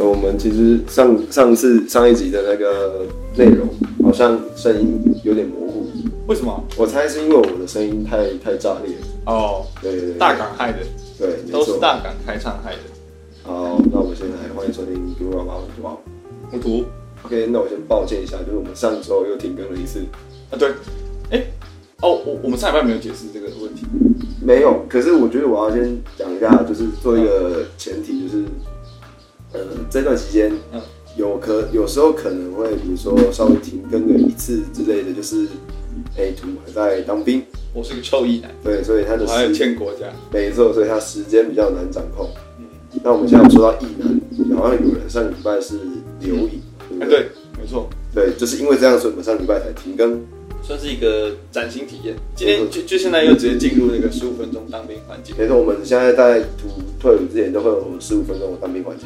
我们其实上上次上一集的那个内容好像声音有点模糊，为什么？我猜是因为我的声音太太炸裂了。哦，对对对，大港害的，对，没都错是大港开唱害的。好，那我们现在欢迎收听《Google 我是王我读 OK，那我先抱歉一下，就是我们上周又停更了一次，啊，对，哎、哦，我我们上礼拜没有解释这个问题。没有。可是我觉得我要先讲一下，就是做一个前提，就是呃这段期间嗯，有可有时候可能会，比如说稍微停更个一次之类的，就是哎，土还在当兵，我是个臭意男，对，所以他的我还有时欠国家。没错，所以他时间比较难掌控。嗯，那我们现在说到异男，好像有人上礼拜是留影，对哎、不对？对，没错，对，就是因为这样，所以我们上礼拜才停更。算是一个崭新体验。今天就就现在又直接进入那个十五分钟当兵环节，没错，我们现在在图退伍之前都会有十五分钟的当兵环节。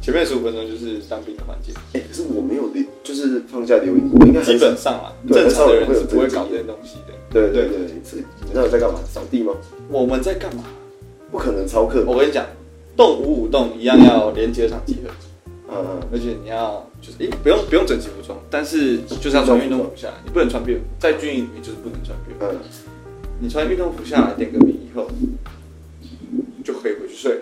前面十五分钟就是当兵的环节，哎、可是我没有留，就是放假留影，我应该很基少本上啦，对正常很少的人人是不会有会这个搞经这验些东西的。对对对，是。你知道我在干嘛？扫地吗？我们在干嘛？不可能操课。我跟你讲，动五五动一样要连接上集合。嗯，而且你要就是，诶、不用不用整齐服装，但是就是要穿运动服下来，你不能穿便服，在军营里面就是不能穿便嗯，服。你穿运动服下来，点个名以后，就可以回去睡了。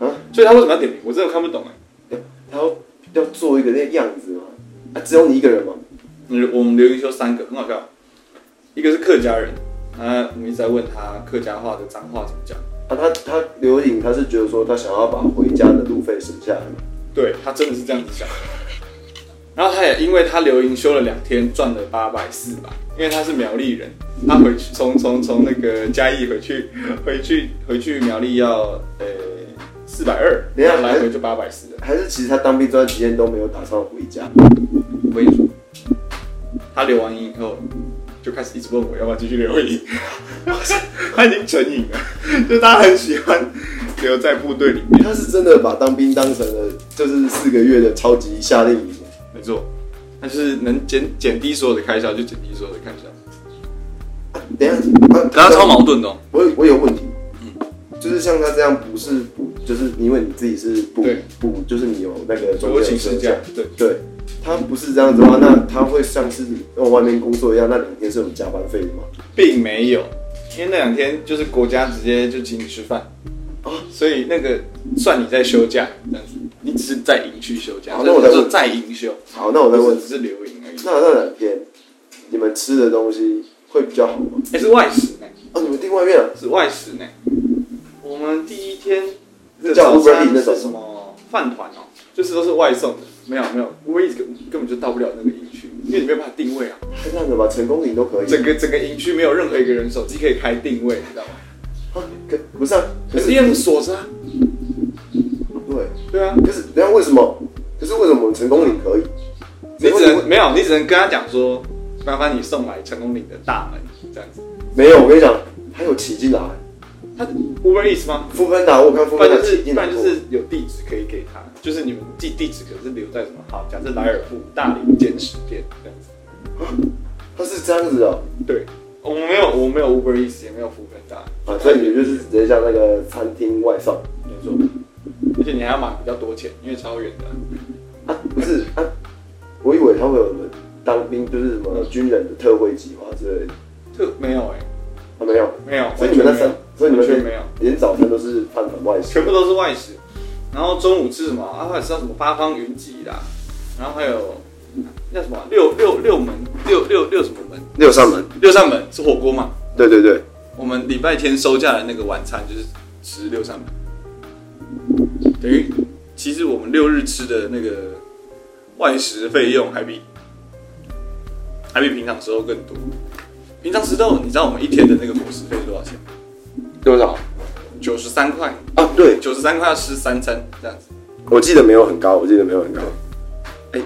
嗯，所以他为什么要点名？我真的看不懂哎、他要要做一个那个样子吗？啊，只有你一个人吗？嗯，我们留营修三个，很好笑。一个是客家人，啊，我们一直在问他客家话的脏话怎么讲。啊，他他留影，他是觉得说他想要把回家的路费省下来嘛。对他真的是这样子想。然后他也因为他留营休了两天，赚了八百四百，因为他是苗栗人，他回去从从从那个嘉义回去， 回去回去苗栗要呃四百二，等一下然后来回就八百四了。还是其实他当兵这段期间都没有打算回家？我跟你说，他留完营以后就开始一直问我要不要继续留营， 他已经成瘾了，就他很喜欢留在部队里面。他是真的把当兵当成了就是四个月的超级夏令营。没错，他就是能减减低所有的开销就减低所有的开销。啊等一下，啊可他超嗯矛盾的、哦。我有我有问题，就是像他这样不是补，就是因为你自己是补对补，就是你有那个国情是这样，对，对，他不是这样子的话，那他会像是跟外面工作一样，那两天是有加班费的吗？并没有，因为那两天就是国家直接就请你吃饭，哦所以那个算你在休假，这样子，你只是在营区休假，好那我再这问是在营休，好，那我再不问是，只是留营而已。那那两天你们吃的东西会比较好吗？哎、是外食呢，哦，你们订外面啊？是外食呢。我们第一天的叫早 Uber 餐 Eats 那种是什么饭团哦，就是都是外送的，没有没有，我一直根本就到不了那个营区，因为你没有办法定位啊。太烂了吧，成功领都可以。整个整个营区没有任何一个人手机可以开定位，你知道吗？啊，可不是啊，可可是是 M 锁着啊，对。对啊，可是，等一下为什么？可是为什么我们成功岭可以？你只成功能岭没有，你只能跟他讲说，麻烦你送来成功岭的大门这样子。没有？我跟你讲，还有骑进来，他 Uber Eats 吗？富芬达，我看富不然芬达就是骑进不来然过，就是有地址可以给他，就是你们地地址可是留在什么好，假设莱尔富大林坚持店这样子。啊他是这样子哦的对，我们没有我们没有 Uber Eats 也没有福本大，啊，所以你们就是直接像那个餐厅外送没错，而且你还要买比较多钱，因为超远的。啊，不是啊，我以为他会有什么当兵就是什么军人的特惠计划之类的，特没有哎、啊没有，没有，所以你们那三完，所以你们全没有完全没有。连早餐都是饭团外送全部都是外食。然后中午吃什么？啊，还吃到什么八方云集啦，然后还有那什么啊六六六门六六六什么门？六扇门，六扇门是火锅嘛？对对对，我们礼拜天收假的那个晚餐就是吃六扇门，等于其实我们六日吃的那个外食费用还比还比平常时候更多。平常时候你知道我们一天的那个伙食费是多少钱吗？多少九十三块，啊？对，九十三块要吃三餐这样子。我记得没有很高，我记得没有很高，哎、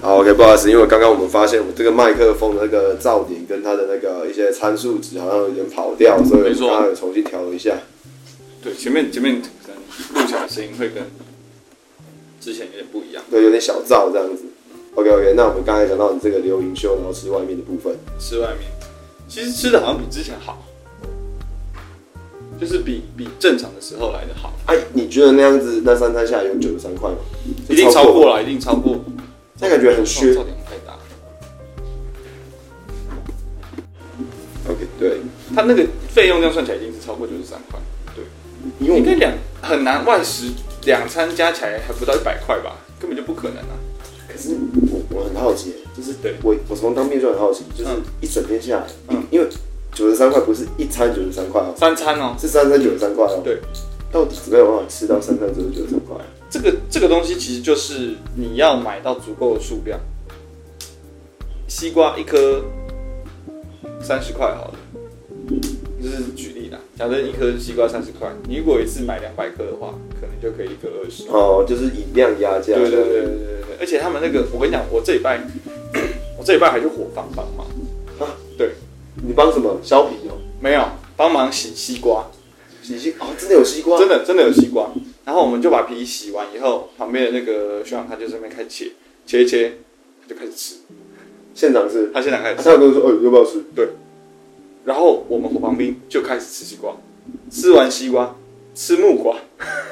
好，OK，不好意思，因为刚刚我们发现我们这个麦克风的那个噪点跟它的那个一些参数值好像有点跑掉，所以我没们错刚刚有重新调了一下。对，前面前面可能录起来的声音会跟之前有点不一样，对，有点小噪这样子。OK OK，那我们刚才讲到你这个留营秀，然后吃外面的部分，吃外面，其实吃的好像比之前好，就是比比正常的时候来的好，哎、你觉得那样子那三餐下来有九十三块吗？一定超过过了，了，一哦定超过，那感觉很虚噪点太大。 OK，对，它那个费用这样算起来一定是超过九十三块，对，因为我应该们两很难外食两餐加起来还不到一百块吧，根本就不可能啊。可是我我很好奇，就是对我我从当兵就很好奇，就是嗯一整天下来，嗯因为九十三块不是一餐九十三块哦，三餐哦，是三餐九十三块哦，对，到底怎么有办法吃到三餐只有九十三块？啊这个这个东西其实就是你要买到足够的数量。西瓜一颗三十块好了，这是举例啦。假设一颗西瓜三十块，你如果一次买两百颗的话，可能就可以一颗二十。哦，就是以量压价，对对对对对对对，而且他们那个，我跟你讲，我这礼拜我这礼拜还去伙房帮忙，啊，对，你帮什么削皮哦？没有帮忙洗西瓜，洗西哦，真的有西瓜，真的真的有西瓜。然后我们就把皮洗完以后，旁边的那个学长他就在那边开始切切一切，他就开始吃。现场是，他现在开始吃，他有跟我说，哦，要不要吃？然后我们伙旁兵就开始吃西瓜，吃完西瓜吃木瓜，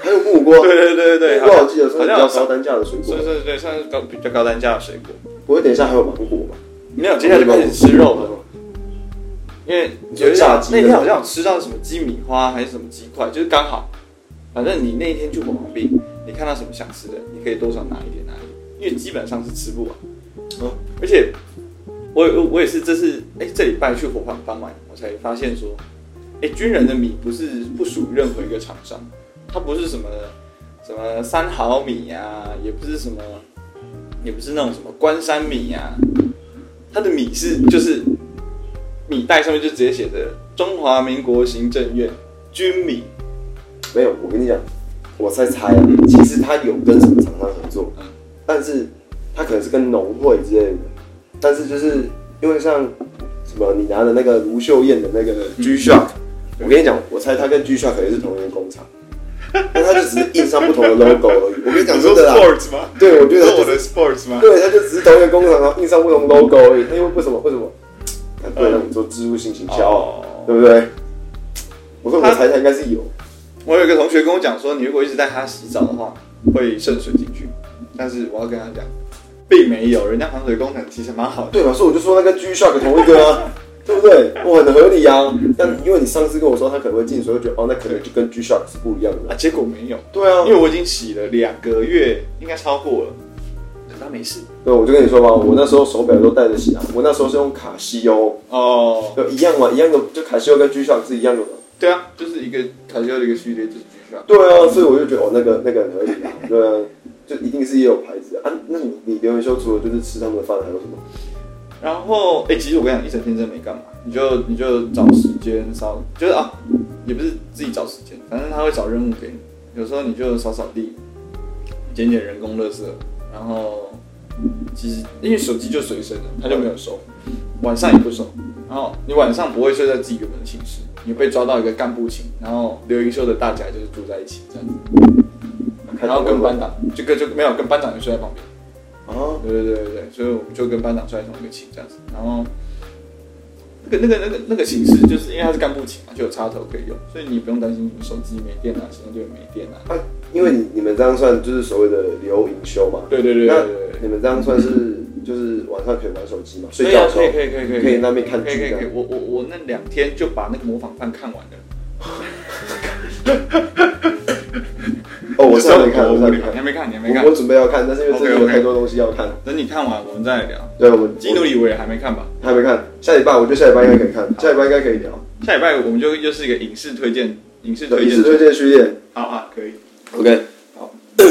还有木瓜对，对对对对，木瓜我记得是好比像较有高单价的水果算，算对，算是高比较高单价的水果。不会等一下还有芒果吗？没哦有，接下来就开始吃肉了，因为有一炸鸡那的天好像有吃到什么鸡米花还是什么鸡块，就是刚好，反正你那一天去伙旁兵，你看到什么想吃的，你可以多少拿一点拿一点，因为基本上是吃不完。哦而且我我我也是这次哎、这礼拜去火房帮忙，我才发现说，哎、军人的米不是不属于任何一个厂商，它不是什么什么三毫米呀、也不是什么，也不是那种什么关山米呀、它的米是就是米袋上面就直接写着中华民国行政院军米，没有，我跟你讲，我在猜啊，其实他有跟什么厂商合作嗯，但是他可能是跟农会之类的，但是就是因为像什么你拿的那个卢秀燕的那个 G Shock，、我嗯跟你讲，我猜他跟 G Shock 可能是同一个工厂，但他就只是印上不同的 logo 而已。我跟你 讲真的啦， sports 吗？对我觉得你说我的 sports 吗？对，他就只是同一个工厂，然后印上不同 logo 而已。因为为什么？为什么？啊对，让你做植入性行销啊，嗯哦对不对？我说我他猜他应该是有。我有一个同学跟我讲说，你如果一直带他洗澡的话，会渗水进去。但是我要跟他讲，并没有，人家防水功能其实蛮好的。对嘛，所以我就说那跟 G Shock 同一个啊，对不对？我很合理啊。但因为你上次跟我说它可能会进水，我就觉得哦，那可能就跟 G Shock 是不一样啊，的。结果没有，对啊因，为我已经洗了两个月，应该超过了，可是他没事。对，我就跟你说嘛，我那时候手表都戴得起啊，我那时候是用卡西欧，哦，就一样嘛，一样的，就卡西欧跟 G Shock 是一样的嘛。对啊，就是一个卡西欧的一个序列，就是 G Shock。对啊，所以我就觉得哦，那个那个很合理啊，对啊，就一定是也有牌子啊。啊那你你刘元修除了就是吃他们的饭，还有什么？然后，哎、其实我跟你讲，一整天真的没干嘛，你就你就找时间扫，就是啊，也不是自己找时间，反正他会找任务给你。有时候你就扫扫地，捡捡人工垃圾，然后其实因为手机就随身了，他就没有收，晚上也不收。然后你晚上不会睡在自己原本的寝室，你被抓到一个干部寝，然后刘一秀的大家就是住在一起这样子，看然后跟班长长就跟就没有跟班长就睡在旁边。啊，对对对对对，所以我们就跟班长睡在同一个寝这样子，然后那个那个那个那个寝室就是因为它是干部寝嘛，就有插头可以用，所以你不用担心你手机没电啊，行动电源没电啊。啊，因为你你们这样算就是所谓的留营修嘛，对对对对那对对。你们这样算是就是晚上可以玩手机嘛？所睡以觉啊的时可候以可以可以可以可以那边看可以剧可以这可以样。我我我那两天就把那个模仿犯看完了。哦，我上来看，我我我上你来还看，没看，你还没看我我。准备要看，但是因为真的有 OK，OK 太多东西要看。等你看完我们再来聊。对，我们基努里维也还没看吧？我还没看，下礼拜我觉得下礼拜应该可以看，下礼拜应该可以聊。下礼拜我们就又是一个影视推荐，影视对，推影视荐。推荐序列好啊，可以。 ，OK，好。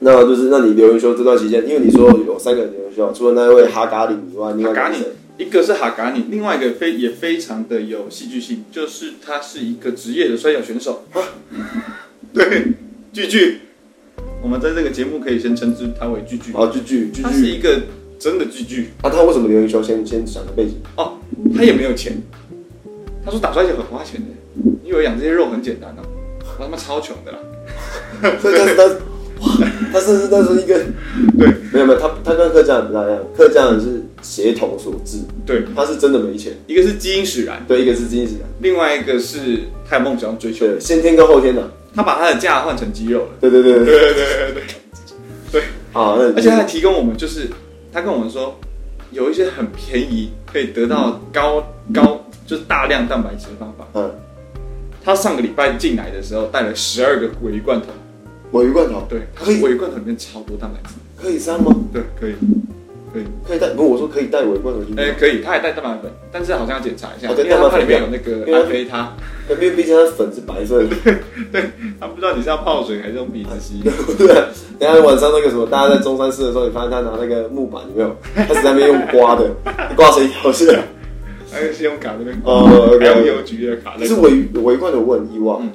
那就是那你留言修这段期间，因为你说有三个人留言修，除了那一位哈嘎里以外，另外一个哈嘎是尼谁，一个是哈嘎尼，另外一个非也非常的有戏剧性，就是 他是一个职业的摔跤选手。对，句句，我们在这个节目可以先称之它为巨巨然，后巨巨巨它是巨，一个真的巨巨啊，他为什么留一休？先先讲个背景， 哦，他也没有钱，他说打摔跤很花钱的，因为我养这些肉很简单啊，我他妈超穷的啦，所以他是他是哇，他是那是一个 对没有没有，他他跟客家人不大一样，客家人是协同所致，对，他是真的没钱，一个是基因使然，对，一个是经济的，另外一个是他有梦想要追求，对，先天跟后天的、他把他的架换成肌肉了，对对对对，对对对对，啊，那而且他还提供我们就是他跟我们说有一些很便宜可以得到高高就是大量蛋白质的方法。嗯，他上个礼拜进来的时候带了十二个鲔鱼罐头，鲔鱼罐头，对，他可说以鲔鱼罐头里面超多蛋白质，可以删吗？对，可以，可以，可以带不？我说可以带鲔鱼罐头进去哎、吗，可以，他还带蛋白粉，但是好像要检查一下，哦因对为它蛋白它粉里面有那个因为安非他，因为毕竟它粉是白色的， 他不知道你是要泡水还是用鼻子吸，对啊，等一下晚上那个什么，大家在中山市的时候，你发现他拿那个木板有没有？他是在那边用刮的，刮成一条线。 还有信用卡那边，哦还有邮局的卡可那是个。围围观的我很意外，嗯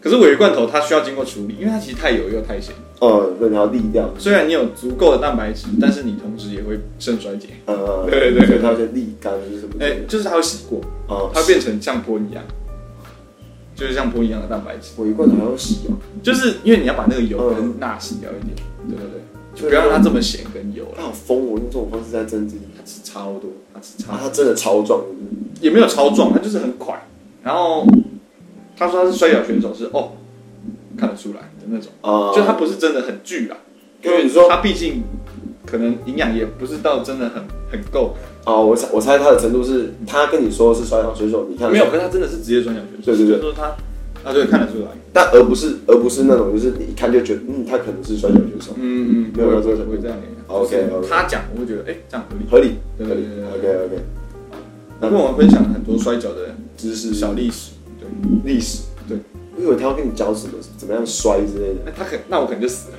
可是鲔鱼罐头它需要经过处理，因为它其实太油又太咸，呃，对，然后沥掉，虽然你有足够的蛋白质，但是你同时也会肾衰竭，呃，对对对所以它会沥干还是什么之哎、类的？就是它会洗过，哦，它变成像波一样，就是像波一样的蛋白质。围观的还要洗哦，就是因为你要把那个油跟嗯钠洗掉一点，对不对？就不要让它这么咸跟油他了。好疯哦，我用这种方式在增肌，它吃超多，它吃超啊，他真的超壮，也没有超壮，它就是很快。然后他说他是摔跤选手，是哦，看得出来的那种，啊，就他不是真的很巨啦，因为你说他毕竟可能营养也不是到真的很很够，哦，我猜我猜他的程度是，他跟你说是摔跤选手，你看没有，，可是他真的是职业摔跤选手，对对对就是说他啊对看得出来，但而不是而不是那种就是你一看就觉得，嗯，他可能是摔跤选手，嗯嗯，没有我也没有不会这样联想 OK，OK 就是他讲我会觉得哎这样合理，合理，对合对理对对对，OK OK，他跟我们分享了很多摔跤的知识小历史，对历史。对，我以为他要跟你讲什么怎么样摔之类的，那他可那我可能就死了，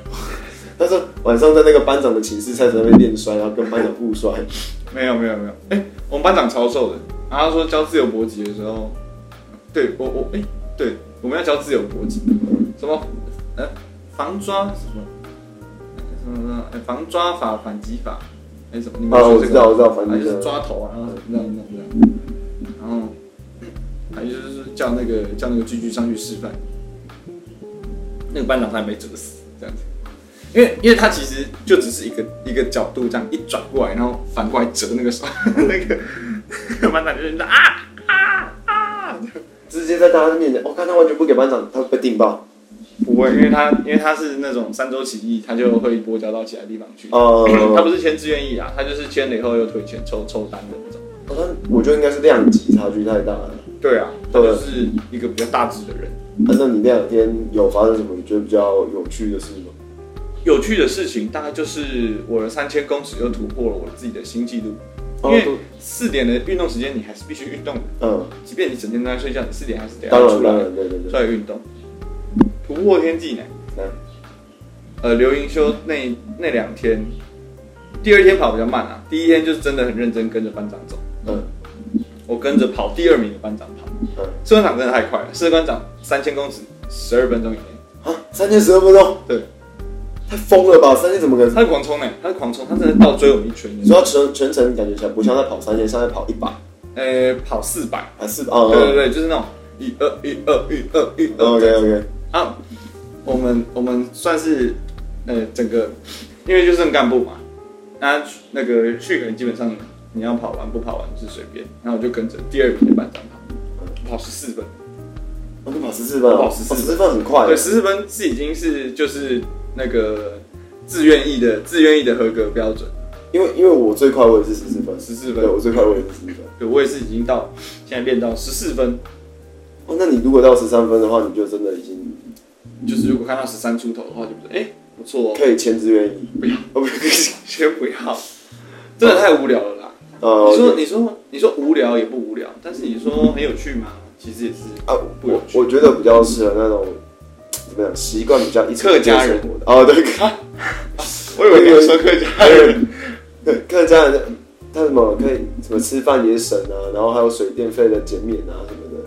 但是晚上在那个班长的寝室开始在那边练摔，然后跟班长互摔。 没有没有没有，哎、我们班长超瘦的，然后他说教自由搏击的时候，对我我哎、对，我们要教自由搏击，什么呃防抓什么什么什么、哎防抓法反击法，哎、什么你们啊说我这知个道我知道反击啊就法是抓头啊，然后这样这样这样，然后还就是叫那个叫那个巨巨上去示范，那个班长他也没折死这样子。因为因为他其实就只是一个一个角度这样一转过来，然后反过来折那个手， 那个那个班长就是啊啊啊！直接在大家面前，哦我、看他完全不给班长，他被顶爆。不会，因为他因为他是那种三周起义，他就会拨交到其他地方去。 哦、嗯他不是签志愿役啊，他就是签了以后又退钱抽抽单的那种。哦他我觉得应该是量级差距太大了。对啊，他就是一个比较大只的人。按照你那两天有发生什么你觉得比较有趣的事吗？有趣的事情大概就是我的三千公尺又突破了我自己的新纪录，哦因为都四点的运动时间你还是必须运动的，嗯，即便你整天都在睡觉，你四点还是得当要啊出然来当。然，对对对。出来运动，突破天际呢。嗯呃，刘盈修那那两天，第二天跑比较慢啊，第一天就是真的很认真跟着班长走，嗯我跟着跑第二名的班长跑，嗯，士官长真的太快了，士官长三千公尺十二分钟以内，啊，三千十二分钟，对，太疯了吧？三千怎么可能？他是狂冲呢、他是狂冲，他真的倒追我们一圈你说他全全程感觉起来不像在跑三千，像在跑一百呃，跑四百，还是啊？对对对，就是那种一二一二一二一二 OK OK，啊，我们我们算是呃整个，因为就是正干部嘛，那那个去可基本上你要跑完不跑完是随便，然后我就跟着第二名的班长跑，跑十四分，我就跑十四分啊，跑14分十四分很快哦对，。十四分是已经是就是那个自愿意的自愿意的合格标准，因为因为我最快我也是十四分， 14分对我最快我也是十四分。对我也是已经到现在练到十四分，哦，那你如果到十三分的话，你就真的已经就是如果看到十三出头的话，就觉得哎、不 错哦，可以签志愿役。不要哦，不 先不要，真的太无聊了啦。呃，你说你你说你说无聊也不无聊，但是你说很有趣吗？其实也是啊，不有我趣。我觉得比较适合那种怎么样习惯比较一成客家人啊生活的哦，对，我以为你要说客家人， 对客家人的他什么可以什么吃饭也省啊，然后还有水电费的减免啊什么的。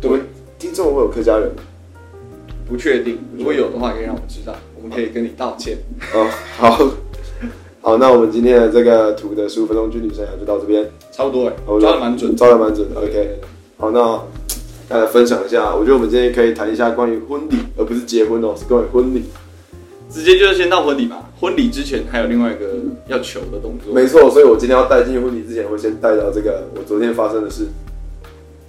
我对们听众会有客家人吗，不确定。如果有的话，可以让我知道，我们可以跟你道歉。哦，好，好，那我们今天的这个图的十五分钟军旅生涯就到这边，差不多哎、好抓的蛮准。抓的蛮准的。对 OK，好，那大家分享一下，我觉得我们今天可以谈一下关于婚礼，而不是结婚哦，是关于婚礼。直接就是先到婚礼嘛。婚礼之前还有另外一个要求的动作，没错，所以我今天要带进婚礼之前，会先带到这个我昨天发生的事。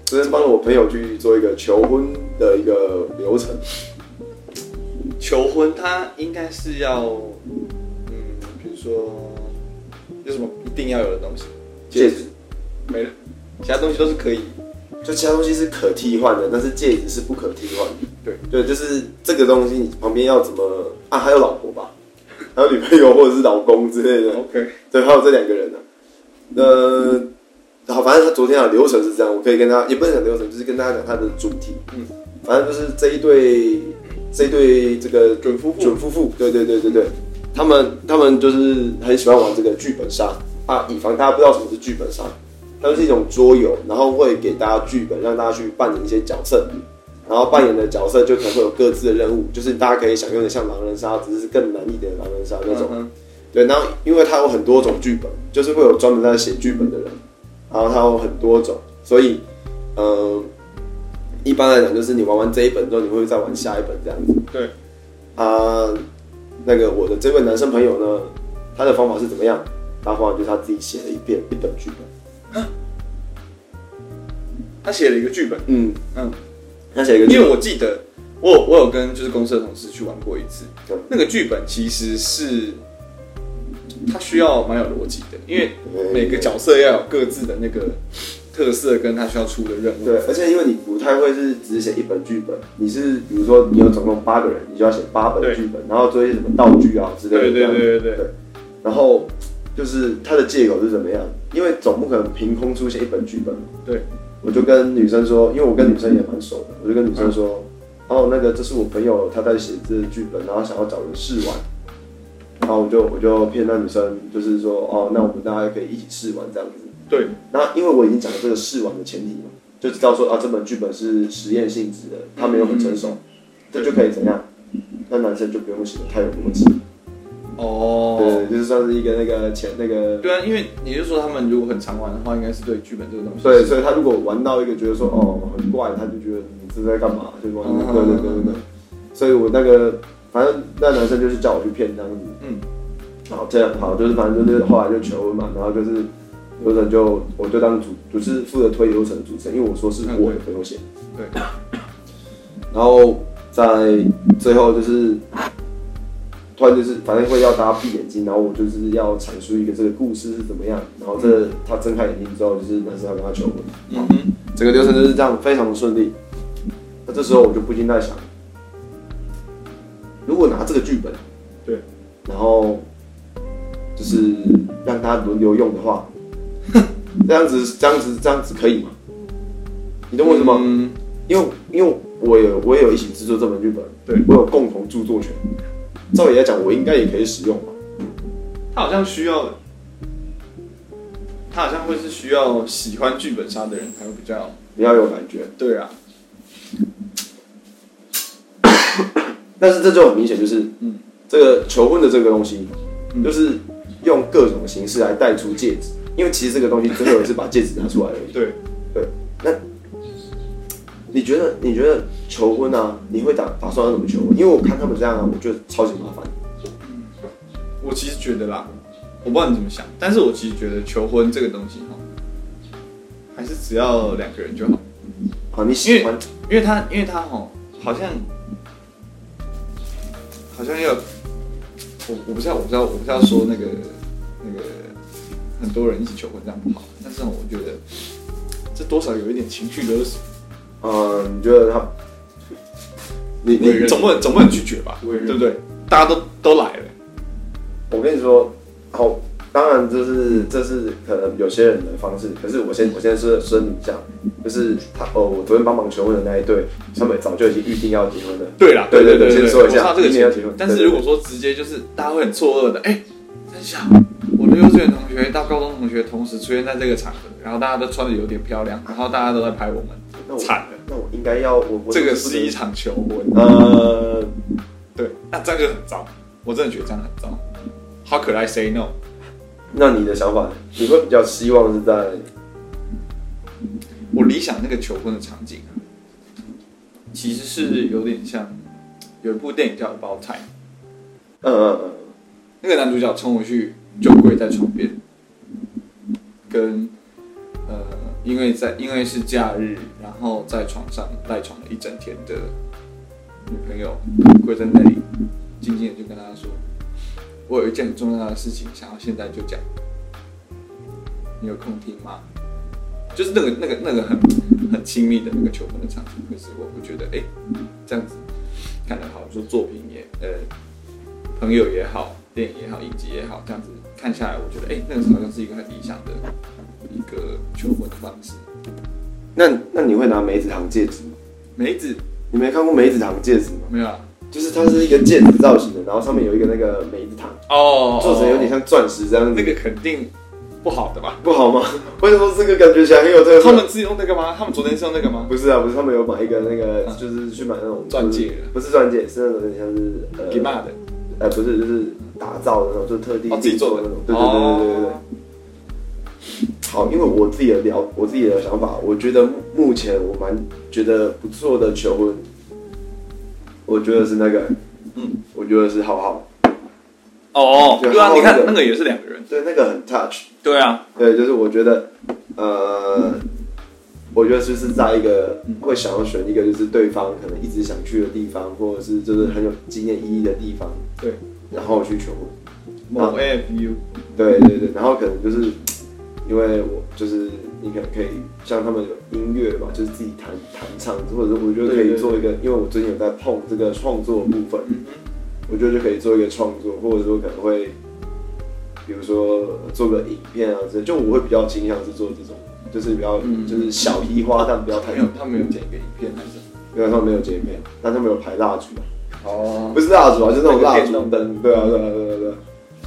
昨天帮我朋友去做一个求婚的一个流程，求婚，他应该是要，嗯，比如说有什么一定要有的东西，戒指，没了，其他东西都是可以。就其他东西是可替换的，但是戒指是不可替换的。对，对，就是这个东西，你旁边要怎么啊？还有老婆吧，还有女朋友或者是老公之类的。 OK，对，还有这两个人呢、呃，好，反正他昨天啊流程是这样，我可以跟他也不能讲流程，就是跟大家讲他的主题。嗯，反正就是这一对这一对这个准夫妇准夫妇，对对对对对，他们他们就是很喜欢玩这个剧本杀啊，以防大家不知道什么是剧本杀，它就是一种桌游，然后会给大家剧本，让大家去扮演一些角色。然后扮演的角色就可能会有各自的任务，就是大家可以想用的像狼人杀，只是更难一点的狼人杀那种。嗯对，然后因为它有很多种剧本，就是会有专门在写剧本的人，然后它有很多种，所以，呃，一般来讲就是你玩完这一本之后，你会再玩下一本这样子。哼对，啊，那个我的这位男生朋友呢，他的方法是怎么样？他方法就是他自己写了一遍一本剧本，他写了一个剧本，嗯，嗯，他写了一个剧因为本，我记得我有我有跟就是公司的同事去玩过一次对，那个剧本其实是它需要蛮有逻辑的，因为每个角色要有各自的那个特色跟他需要出的任务。对，而且因为你不太会是只写一本剧本，你是比如说你有总共八个人，你就要写八本对剧本，然后做一些什么道具啊之类的对这对样子，对对对，然后就是他的借口是怎么样？因为总不可能凭空出现一本剧本。对，我就跟女生说，因为我跟女生也蛮熟的，我就跟女生说，嗯哦，那个这是我朋友他在写这剧本，然后想要找人试玩。然后我就我就骗那女生，就是说，哦，那我们大家可以一起试玩这样子。对，那因为我已经讲了这个试玩的前提嘛，就知道说啊，这本剧本是实验性质的，它没有很成熟，嗯这就可以怎样？那男生就不用写的太有逻辑，哦，对，就是算是一个那个前那个对啊，因为你就说他们如果很常玩的话，应该是对剧本这个东西。对，所以他如果玩到一个觉得说哦很怪，他就觉得你这是在干嘛？就是玩嗯对对对对对。所以我那个反正那男生就是叫我去骗这样子，嗯，好这样好，就是反正就是后来就求婚嘛，然后就是流程就我就当主，就是负责推流程的主持人，因为我说是嗯我的朋友写，对，然后在最后就是。突然就是，反正会要大家闭眼睛，然后我就是要阐述一个这个故事是怎么样，然后这他睁开眼睛之后，就是男生要跟他求婚，嗯哼，整个流程就是这样，非常的顺利。那这时候我就不禁在想，如果拿这个剧本，对，然后就是让大家轮流用的话， 这样子这样子这样子可以吗？你懂我意思吗？嗯，因为因为我有我也有一起制作这本剧本，对我有共同著作权。照理来讲，我应该也可以使用吧？他好像需要，他好像会是需要喜欢剧本杀的人才会比较。你要有感觉，对啊，但是这就很明显，就是嗯，这个求婚的这个东西，嗯就是用各种形式来带出戒指，因为其实这个东西最后也是把戒指拿出来而已。对，对，那你觉得你觉得求婚啊，你会打打算要怎么求婚？因为我看他们这样啊，我觉得超级麻烦。我其实觉得啦，我不知道你怎么想，但是我其实觉得求婚这个东西哈，还是只要两个人就好，好，你因喜为欢因为他因为他哈，好像好像要，我我不知道我不知道我不知道说那个那个很多人一起求婚这样不好，但是我觉得这多少有一点情绪勒索，呃，你觉得他，你你你总不能总不能拒绝吧，为人对不对？大家都都来了，我跟你说，好，当然这是这是可能有些人的方式，可是我先我先是声明一下，就是他哦，我昨天帮忙求婚的那一对，他们早就已经预定要结婚了。对啦，对对对对，先说一下我知道这个一定要前提提问。但是对对如果说直接就是大家会很错愕的，哎，等一下，我的幼稚园同学到高中同学同时出现在这个场合，然后大家都穿的有点漂亮，然后大家都在拍我们，那我惨了，那我应该要我我这个不是一场求婚，呃，对，那这样就很糟，我真的觉得这样很糟。How could I say no？那你的想法，你会比较希望是在我理想那个求婚的场景啊，其实是有点像有一部电影叫《About Time》，嗯嗯嗯，那个男主角冲回去就跪在床边，跟呃，因为在因为是假日，然后在床上赖床了一整天的女朋友跪在那里，静静的就跟他说：“我有一件很重要的事情，想要现在就讲，你有空听吗？”就是那个那个那个很很亲密的那个求婚的场景，会是我会觉得哎、诶这样子看得好，说作品也呃朋友也好，电影也好，影集也好，这样子看下来，我觉得哎、诶那个好像是一个很理想的一个求婚的方式。那那你会拿梅子糖戒指吗？梅子你没看过梅子糖戒指吗？没有啊？就是它是一个戒指造型的，然后上面有一个那个梅子糖，哦做成有点像钻石这样子，那个肯定不好的吧？不好吗？ 为什么这个感觉起来很有这个？他们是用那个吗？他们昨天是用那个吗？不是啊，不是他们有买一个那个，嗯就是去买那种钻戒的不是钻戒，是那种有点像是呃给骂的，呃，不是，就是打造的那种，就是特地哦自己做的那种。对对对对对对对哦。好，因为我自己的了，我自己的想法，我觉得目前我蛮觉得不错的求婚，我觉得是那个，嗯，我觉得是浩浩，哦对对啊，然后你看那个那个也是两个人，对，那个很 touch，对啊，对，就是我觉得，呃，我觉得就是在一个会想要选一个就是对方可能一直想去的地方，或者是就是很有纪念意义的地方，对，然后去求婚。嗯某 AFU，对对对，然后可能就是因为我就是你可能可以像他们有音乐嘛，就是自己弹弹唱，或者是我觉得可对以对做一个，因为我最近有在碰这个创作部分，嗯我觉得就可以做一个创作，或者说可能会比如说做个影片啊之类，就我会比较倾向是做这种，就是比较、嗯就是小批花，但不要太没有，他们有剪一个影片还是什么？因为他们没有截面，但他们有排蜡烛啊。哦不是蜡烛啊，就是那种蜡那个烛电动灯。对啊，对啊，对啊，对啊。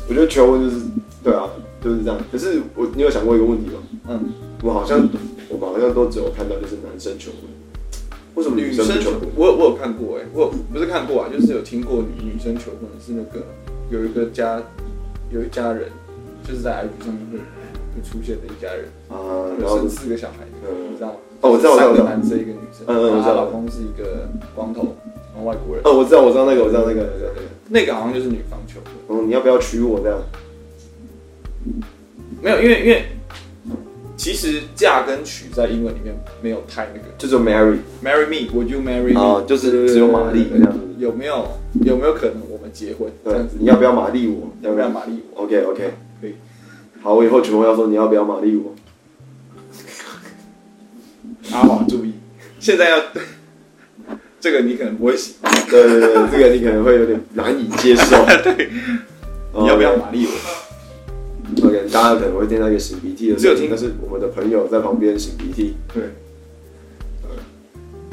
我觉得求婚就是，对啊，就是这样。可是我，你有想过一个问题吗？嗯，我好像，我们好像都只有看到就是男生求婚，为什么女生生不求求婚？，我有我有看过哎、我有不是看过啊，就是有听过女女生求婚是那个有一个家有一家人，就是在 IG 上面会会出现的一家人，啊，然有后生，四个小孩，嗯你知道吗？哦我知道我知道三我知个道男生一个女生，嗯嗯我知然后她道老公是一个光头，然后外国人，哦，我知道，我知道那个，我知道那个，我知道那个。那个好像就是女方求婚，嗯，你要不要娶我这样？没有，因为因为其实嫁跟娶在英文里面没有太那个就是 marry， ，marry me，would you marry me？、啊就是只有玛丽这样子有没有有没有可能我们结婚这对样子，？你要不要玛丽我？要不要玛丽哦我？ ？OK OK，可以。好，我以后求婚要说你要不要玛丽我？阿华注意，现在要 这个你可能不会喜，对对对，对这个你可能会有点难以接受。 对，哦你要不要玛丽我？ OK，大家可能会听到一个擤鼻涕的只有声音听，但是我们的朋友在旁边擤鼻涕。对，嗯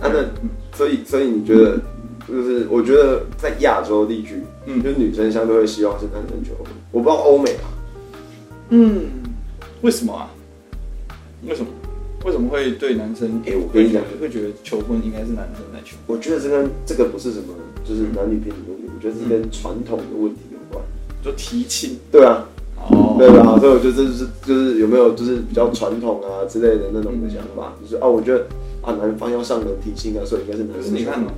啊，那所以所以你觉得，就是我觉得在亚洲地区，嗯就是女生相对会希望是男生求婚。我不知道欧美啊，嗯，为什么啊？为什么？为什么会对男生？哎我跟你讲会觉得会觉得求婚应该是男生来求。我觉得这跟这个不是什么，就是男女平等的问题，我觉得是跟传统的问题有关。就提亲对啊，嗯哦对啊，所以我觉得这就是就是有没有就是比较传统啊之类的那种的想法，嗯就是啊，我觉得啊男方要上门提亲啊，所以应该是男可生是你求婚。看嘛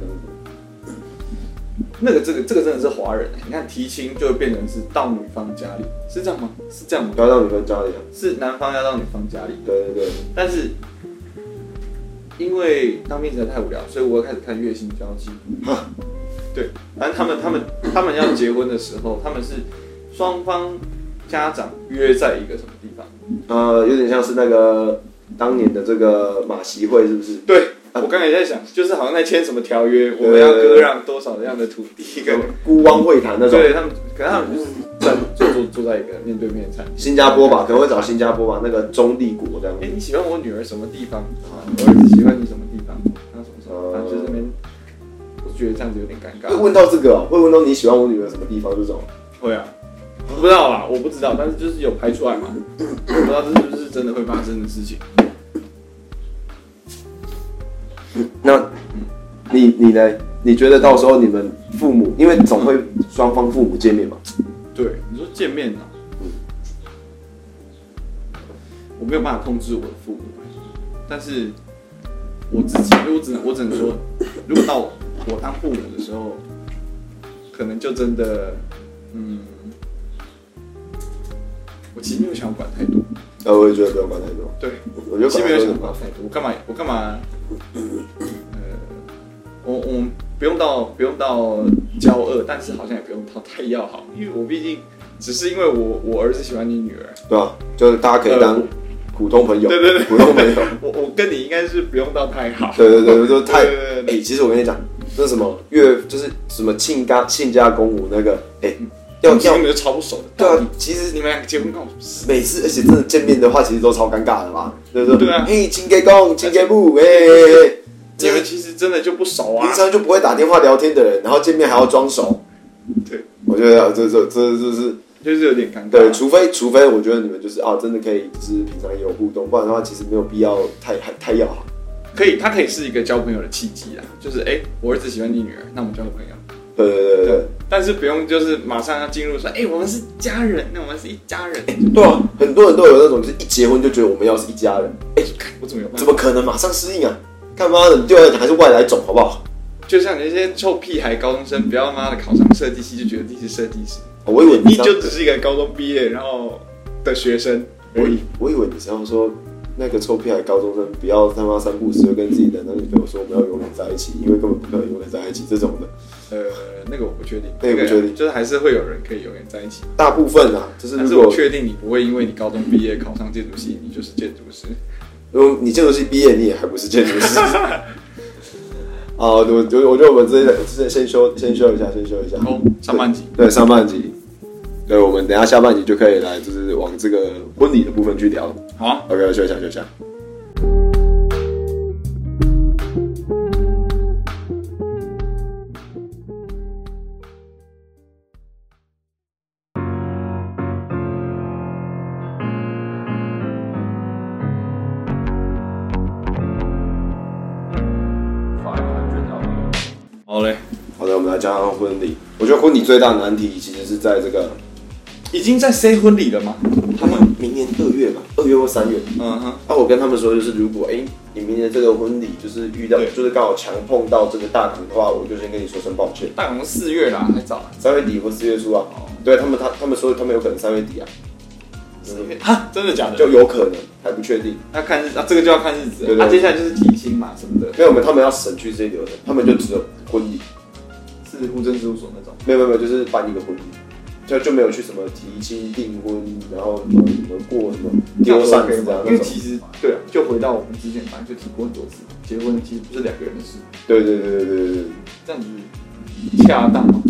那个这个这个真的是华人、欸你看提亲就会变成是到女方家里，是这样吗？是这样吗不？要让女生家里啊。是男方要到女方家里，对对对。但是因为当兵实在太无聊，所以我又开始看《月薪交际》。对，反正他们他们他们要结婚的时候，他们是双方家长约在一个什么地方？呃，有点像是那个当年的这个马习会，是不是？对，我刚才也在想，就是好像在签什么条约，我们要割让多少样的土地跟。孤汪会谈那种，对他们，可能他们就是在坐坐坐在一个面对面的餐厅。新加坡吧，可能会找新加坡吧，那个中立国这样哎、。你喜欢我女儿什么地方？啊，我儿子喜欢你什么地方？他什么什么，哦反正就是那边，我觉得这样子有点尴会尬。问到这个哦、会问到你喜欢我女儿什么地方这种，会啊，我不知道啦，我不知道，但是就是有拍出来嘛，我不知道这是不是真的会发生的事情。嗯那你你呢？你觉得到时候你们父母，因为总会双方父母见面嘛，对，你说见面呢、啊我没有办法控制我的父母，但是我自己，我只能我只能说，如果到我当父母的时候，可能就真的，嗯，我其实没有想管太多，呃，我也觉得不用管太多，对，我觉得其实管没太有多想管太多，我干嘛我干嘛，呃，我我们不用到不用到交恶，但是好像也不用到太要好，因为我毕竟只是因为我我儿子喜欢你女儿。对吧？就是大家可以当普通朋友，呃对对对普通朋友，我我跟你应该是不用到太好。 对对对，就太，对对对哎、其实我跟你讲，那什么岳就是什么亲家亲家公母那个，哎、要其实要根本就超不熟的。对到底啊，其实你们两个结婚干我什么事？每次，而且真的见面的话，其实都超尴尬的嘛，对不对？对啊嘿，亲家公，亲家 母，哎哎哎，你这们个其实真的就不熟 啊平。常就不会打电话聊天的人，然后见面还要装熟，对，我觉得这这这就是就是有点尴尬。对，除非除非我觉得你们就是啊，真的可以就是平常也有互动，不然的话其实没有必要太太太要好。可以，它可以是一个交朋友的契机啊。就是哎，我儿子喜欢你女儿，那我们交个朋友。对对对对但是不用就是马上要进入说，哎，我们是家人，那我们是一家人。对，对啊，很多人都有那种就是一结婚就觉得我们要是一家人，哎、看我怎么有办怎法？么可能马上适应啊？干嘛的，你对啊，还是外来种好不好？就像你那些臭屁孩高中生，不要妈的考上设计系就觉得自己是设计师，我以为你是要就只是一个高中毕业然后的学生而我已以。我以为你是要说那个臭屁孩高中生不要他妈三不五时就跟自己的男女朋友说我们要永远在一起，因为根本不可能永远在一起这种的。呃，那个我不确定，那个不确定就是还是会有人可以永远在一起。大部分啊，就是但是如我果确定你不会因为你高中毕业考上建筑系，你就是建筑师。如果你建筑系毕业，你也还不是建筑 师。啊，我我我觉得我们这先先修先修一下，先修一下。哦，上半集对上半集，对，我们等一下下半集就可以来，就是往这个婚礼的部分去聊。好啊、 OK，休息一下，休息一下。哦好嘞，好的，我们来讲讲婚礼。我觉得婚礼最大的难题其实是在这个已经在 say 婚礼了吗？他们明年二月吧，二月或三月。嗯哼，啊，我跟他们说，就是如果哎、你明年这个婚礼就是遇到，对就是刚好强碰到这个大鼓的话，我就先跟你说声抱歉。大概四月啦，还早啦。三月底或四月初啊，哦对他们，他他们说他们有可能三月底啊，四月哈，真的假的？就有可能还不确定。那看日，啊，这个就要看日子了。对对那、接下来就是提薪嘛什么的，没有，我们他们要省去这些流程，他们就只有婚礼，是户政事务所那种。没有没有没有，就是办一个婚礼，就就没有去什么提亲订婚，然后什么什么过什么丢那扇 OK 子吗啊因那为种。其实对啊，就回到我们之前反正就提过很多次，结婚其实不是两个人的事，对对对对对对对，这样子恰当吗？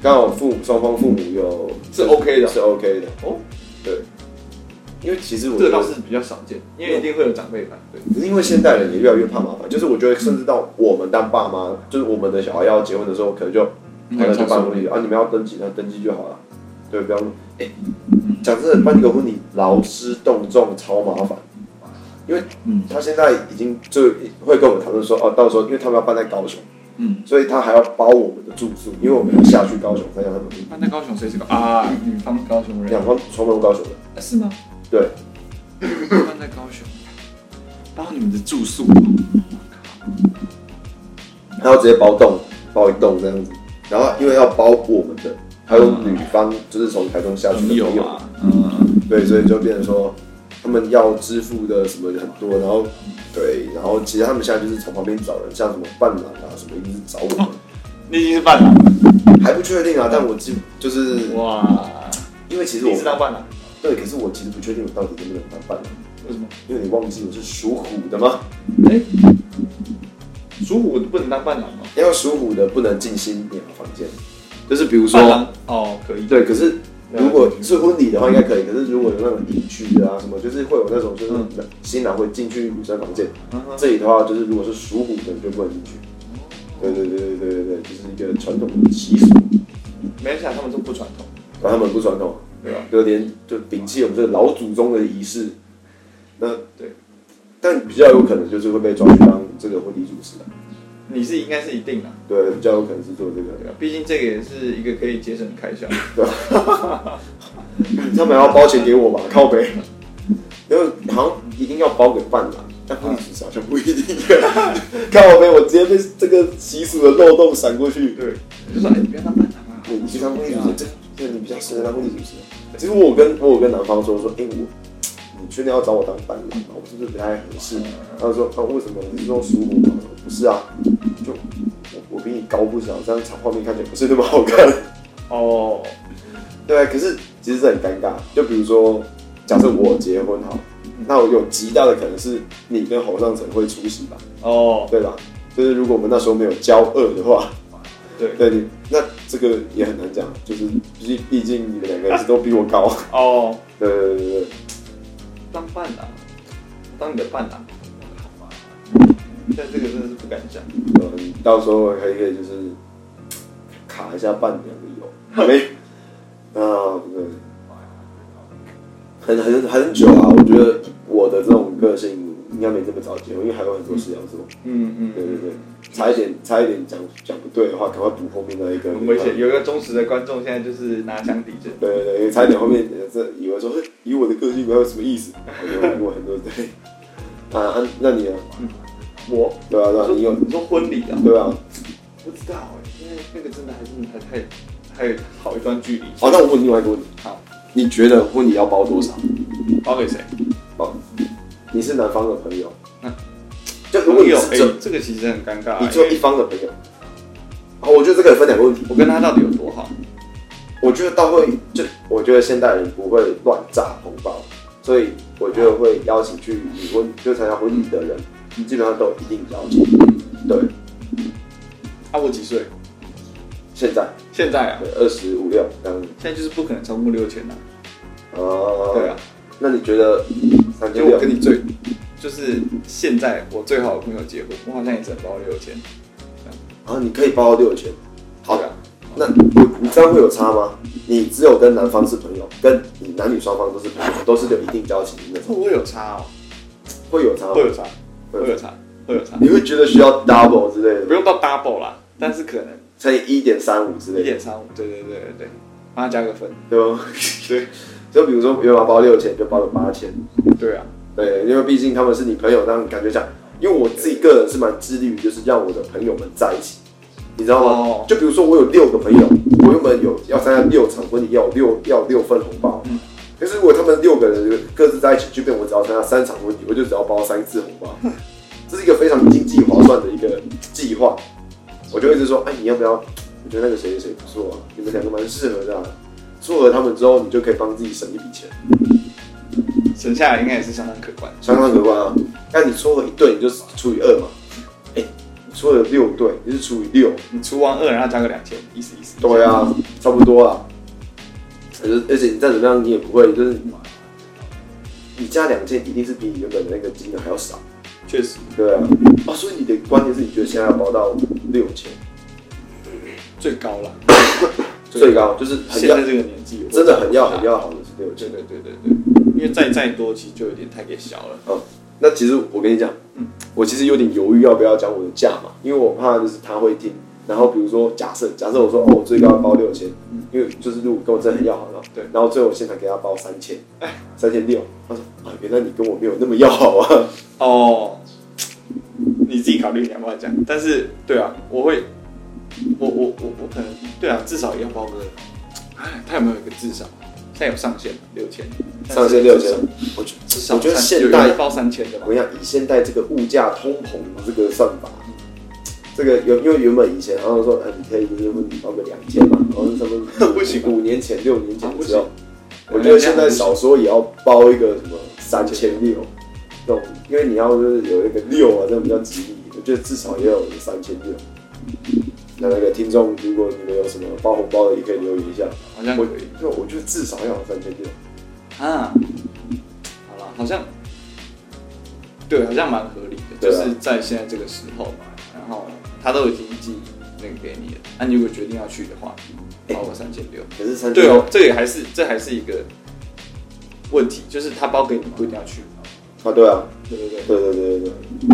刚好父母双方父母有是 OK 的是 OK 的，哦，对。因为其实我这觉个倒得是比较少见，因为一定会有长辈反对。可是因为现代人也越来越怕麻烦，就是我觉得甚至到我们当爸妈，就是我们的小孩要结婚的时候，可能就嗯好了就办婚礼啊，你们要登记，那登记就好了，对，不要。哎、讲真的，办一个婚礼劳师动众，超麻烦。因为嗯他现在已经就会跟我们讨论说，哦，到时候因为他们要办在高雄，嗯。所以他还要包我们的住宿，因为我们要下去高雄参加他们的婚礼，那高雄谁是高啊？女方高雄人两方双方都高雄的，啊是 吗？对，放在高雄，包你们的住宿。啊他要直接包栋，包一栋这样子，然后因为要包我们的，还有女方就是从台中下去的朋友，嗯啊，嗯，对，所以就变成说他们要支付的什么很多，然后对，然后其实他们现在就是从旁边找人，像什么伴郎啊什么，一定是找我们，你已经是伴郎了还不确定啊，但我记就是哇！因为其实哦你我是当伴郎？对，可是我其实不确定我到底能不能当伴郎，为什么？因为你忘记我是属虎的吗？哎，属虎的不能当伴郎吗？要属虎的不能进新娘房间，就是比如说伴郎哦，可以。对，可是如果是婚礼的话，应该可以。可是如果有那种迎娶的啊什么，就是会有那种就是嗯新郎会进去女生房间。嗯哼，这里的话，就是如果是属虎的，你就不能进去。对对对对对对对，就是一个传统的习俗，没想到他们都不传统，然后他们不传统，对吧？就连就摒弃我们这个老祖宗的仪式。那对，但比较有可能就是会被抓去当这个婚礼主持啊。你是应该是一定的，对，比较有可能是做这对个。吧？毕竟这个也是一个可以节省的开 销。他们要包钱给我吧， 靠背。因为好像一定要包给伴郎，但婚礼其实好像不一定。 靠背，我直接被这个习俗的漏洞闪过去。对，我就说哎，你不要当伴郎啊，你去当婚礼主持，这这你比较适合当婚礼主持。其实我跟我有跟男方说说，哎、我你确定要找我当伴郎吗？我是不是不太合适？他说，啊，为什么？你是用属虎吗？我说不是啊，就我我比你高不少，这样场画面看起来不是那么好看。哦，对，可是其实这很尴尬。就比如说，假设我结婚好了，那我有极大的可能是你跟侯尚成会出席吧，哦，对吧？就是如果我们那时候没有交恶的话， 对，对你那这个也很难讲，就是毕毕竟你们两个人都比我高，哦，对对对对，当伴郎，当你的伴郎，但这个真的是不敢讲。对嗯，到时候可以可以就是卡一下伴娘的油，没啊，对，很很很久啊，我觉得我的这种个性应该没这么早结婚，因为还有很多事要做，嗯嗯，对对对，差一点差一点讲讲不对的话，赶快补后面那一个，很危险。有一个忠实的观众现在就是拿枪抵着。对对对，因为差一点后面呃这以为说嘿以我的个性没有什么意思，我有问过很多对。啊，啊那你呢？我，对啊，对啊，你有呃你说婚礼啊？对啊。不知道哎，因为那个真的还是还太还有好一段距离。好，那我问另外一个问题，好，你觉得婚礼要包多少？包给谁？哦，你是男方的朋友，嗯就如果你有是只哎，这个其实很尴尬。你只有因为一方的朋友，好，我觉得这个分两个问题。我跟他到底有多好？我觉得到会就我觉得现代人不会乱炸红包，所以我觉得会邀请去离婚就参加婚礼的人，基本上都一定邀请。对，啊，我几岁？现在现在啊，二十五六这样子。现在就是不可能超过六千呐。啊哦，对啊，那你觉得三千就六我跟你最，就是现在我最好的朋友结婚，我好像也只能包六千。啊？你可以包到六千。好对啊，那我你这样会有差吗？你只有跟男方是朋友，跟你男女双方都是朋友，都是有一定交情的那会种，不会有差哦？会有差吗会？有差，会有差会有差，会有差，你会觉得需要 double 之类不的，用到 double 啦，但是可能乘以一点三五之一类的，点三五，对对对对对，帮他加个分。对吗？ 对就比如说原本包六千，就包了八千，对啊，对，因为毕竟他们是你朋友，那种感觉讲，因为我自己个人是蛮致力于就是让我的朋友们在一起，你知道吗？哦就比如说我有六个朋友，我原本有要参加六场婚礼，要有六要有六份红包，嗯可是如果他们六个人各自在一起，就变我只要参加三场婚礼，我就只要包三次红包，这是一个非常经济划算的一个计划，我就一直说，哎，你要不要？我觉得那个谁谁谁不错啊，你们两个蛮适合的、啊，撮合他们之后，你就可以帮自己省一笔钱。省下来应该也是相当可观。相当可观啊！那你撮合一对，你就是除以二嘛。哎、你撮合六对，你是除以六。你除完二，然后加个两千，意思意思。对啊，差不多啊。而且而且你再怎么样，你也不会就是你加两件，一定是比你原本的那个金额还要少。确实，对啊。啊，所以你的观点是你觉得现在要包到六千最高了。最高，就是很现要在这个年纪，真的很要很。要好的是六对千。对对对对，因为再再多其实就有点太给小了。哦，那其实我跟你讲，嗯我其实有点犹豫要不要讲我的价嘛，因为我怕就是他会听。然后比如说假设假设我说哦，我最高包六千，因为就是如果跟我真的很要好了，嗯对哎然后最后我现场给他包三千，三千六，他说啊，原来你跟我没有那么要好啊，哦，你自己考虑你要不要讲，但是对啊，我会，我我我我可能对啊，至少也要包个，哎，他有没有一个至少？现在有上限六千，上限六千，我觉至少我觉得三现有代人包三千的吧我。跟你讲，以现在这个物价通膨的这个算法，这个有因为原本以前然后说，呃，你可以就是问你包个两千嘛，然后是什么 不行吧五年前、六年前啊的时候，不行我觉得现在少说也要包一个什么三千六，这种，因为你要就是有一个六啊，这样比较吉利，我觉得至少也有三千六。那那个听众，如果你们有什么包红包的，也可以留言一下。好像我可以就我觉得至少要有三千六。啊，好了，好像，对，好像蛮合理的，对就啊是在现在这个时候，然后他都已经寄那个给你了，那、你如果决定要去的话，包个三千六。可是三千对六哦，这也还是这还是一个问题，就是他包给你不一定要去，啊，对啊，对对对，对对对对对。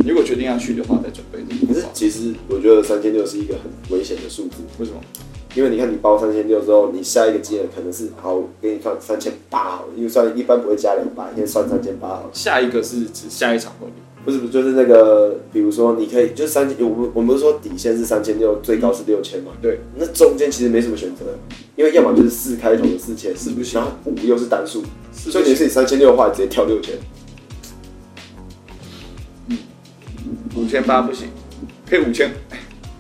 如果决定要去的话，再准备这可个是话。其实我觉得三千六是一个很危险的数字，为什么？因为你看你包三千六之后，你下一个金额可能是好，我给你算三千八好了，因为算一般不会加两百，先算三千八好了。下一个是指下一场婚礼，不是不是，就是那个，比如说你可以就三千，我们我们不是说底线是三千六，最高是六千嘛？对，那中间其实没什么选择，因为要么就是四开头的四千，四不行，然后五又是单数，四不行所以你是你三千六的话，直接跳六千，五千八不行，可以五千，